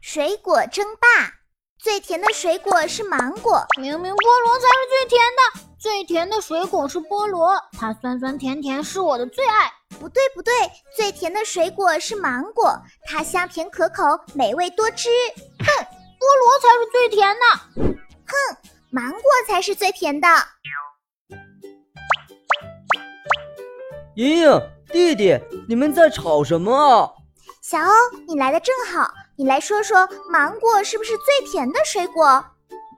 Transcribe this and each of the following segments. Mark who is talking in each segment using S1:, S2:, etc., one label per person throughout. S1: 水果争霸，最甜的水果是芒果。
S2: 明明菠萝才是最甜的，最甜的水果是菠萝，它酸酸甜甜是我的最爱。
S1: 不对不对，最甜的水果是芒果，它香甜可口，美味多汁。
S2: 哼，菠萝才是最甜的。
S1: 哼，芒果才是最甜的。
S3: 莹莹，弟弟，你们在吵什么啊？
S1: 小欧，你来的正好，你来说说芒果是不是最甜的水果？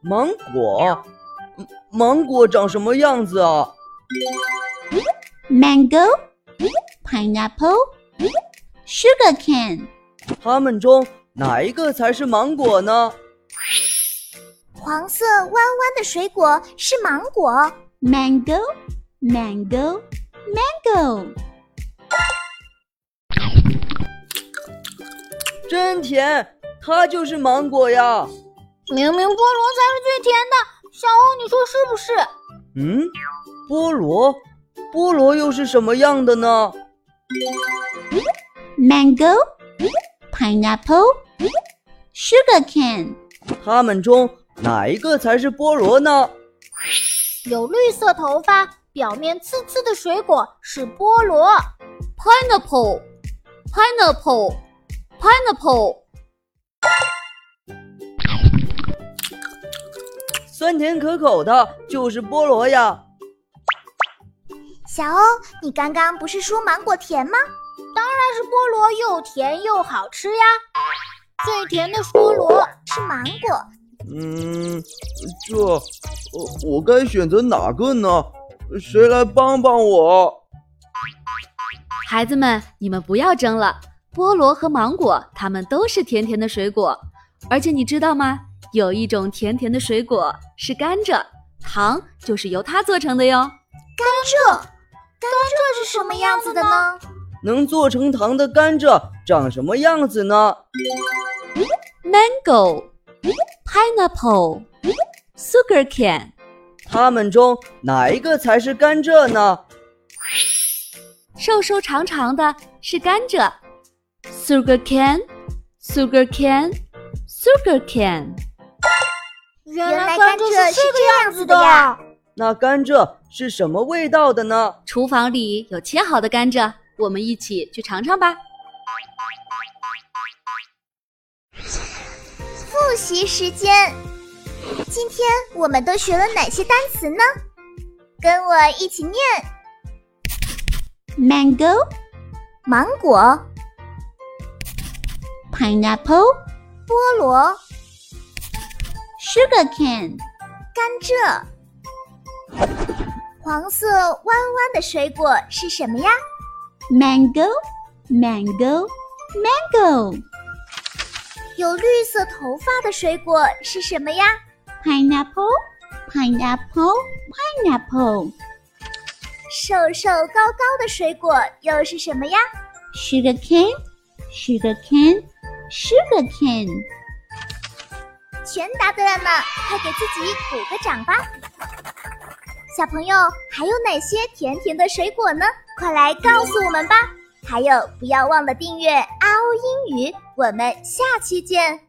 S3: 芒果，嗯芒果长什么样子啊？
S4: mango, pineapple, sugar cane,
S3: 它们中哪一个才是芒果呢？
S1: 黄色弯弯的水果是芒果。
S4: mango, mango, mango.
S3: 真甜，它就是芒果呀。
S2: 明明菠萝才是最甜的，小欧，你说是不是？
S3: 嗯，菠萝，菠萝又是什么样的呢？
S4: mango, pineapple, sugar cane,
S3: 它们中哪一个才是菠萝呢？
S2: 有绿色头发、表面刺刺的水果是菠萝。Pineapple, pineapple, pineapple。
S3: 酸甜可口的就是菠萝呀。
S1: 小欧，你刚刚不是说芒果甜吗？
S2: 但是菠萝又甜又好吃呀。最甜的菠萝，
S1: 是芒果。
S5: 嗯，这，呃，我该选择哪个呢？谁来帮帮我？
S6: 孩子们，你们不要争了。菠萝和芒果，它们都是甜甜的水果。而且你知道吗？有一种甜甜的水果是甘蔗，糖就是由它做成的哟。
S1: 这是什么样子的呢？
S3: 能做成糖的甘蔗长什么样子呢？
S6: Mango, pineapple, sugar cane。
S3: 它们中哪一个才是甘蔗呢？
S6: 瘦瘦长长的是甘蔗，sugar cane, sugar cane, sugar cane。
S2: 原
S1: 来
S2: 甘
S1: 甘蔗
S2: 蔗
S1: 是
S2: 这
S1: 这
S2: 个
S1: 样
S2: 样
S1: 子
S2: 子
S1: 的
S2: 的
S1: 呀
S2: 呀。
S3: 那甘蔗是什么味道的呢？
S6: 厨房里有切好的甘蔗，我们一起去尝尝吧。
S1: 复习时间，今天我们都学了哪些单词呢？跟我一起念：
S4: mango,
S1: 芒果、
S4: pineapple,
S1: 菠萝、
S4: sugar cane,
S1: 甘蔗。黄色弯弯的水果是什么呀？
S4: mango, mango, mango.
S1: 有绿色头发的水果是什么呀？
S4: pineapple, pineapple, pineapple,
S1: 瘦瘦高高的水果又是什么呀？
S4: sugar cane, sugar cane, sugar cane.
S1: 全答对了，快给自己鼓个掌吧！小朋友，还有哪些甜甜的水果呢？快来告诉我们吧！还有，不要忘了订阅《啊哦英语》，我们下期见。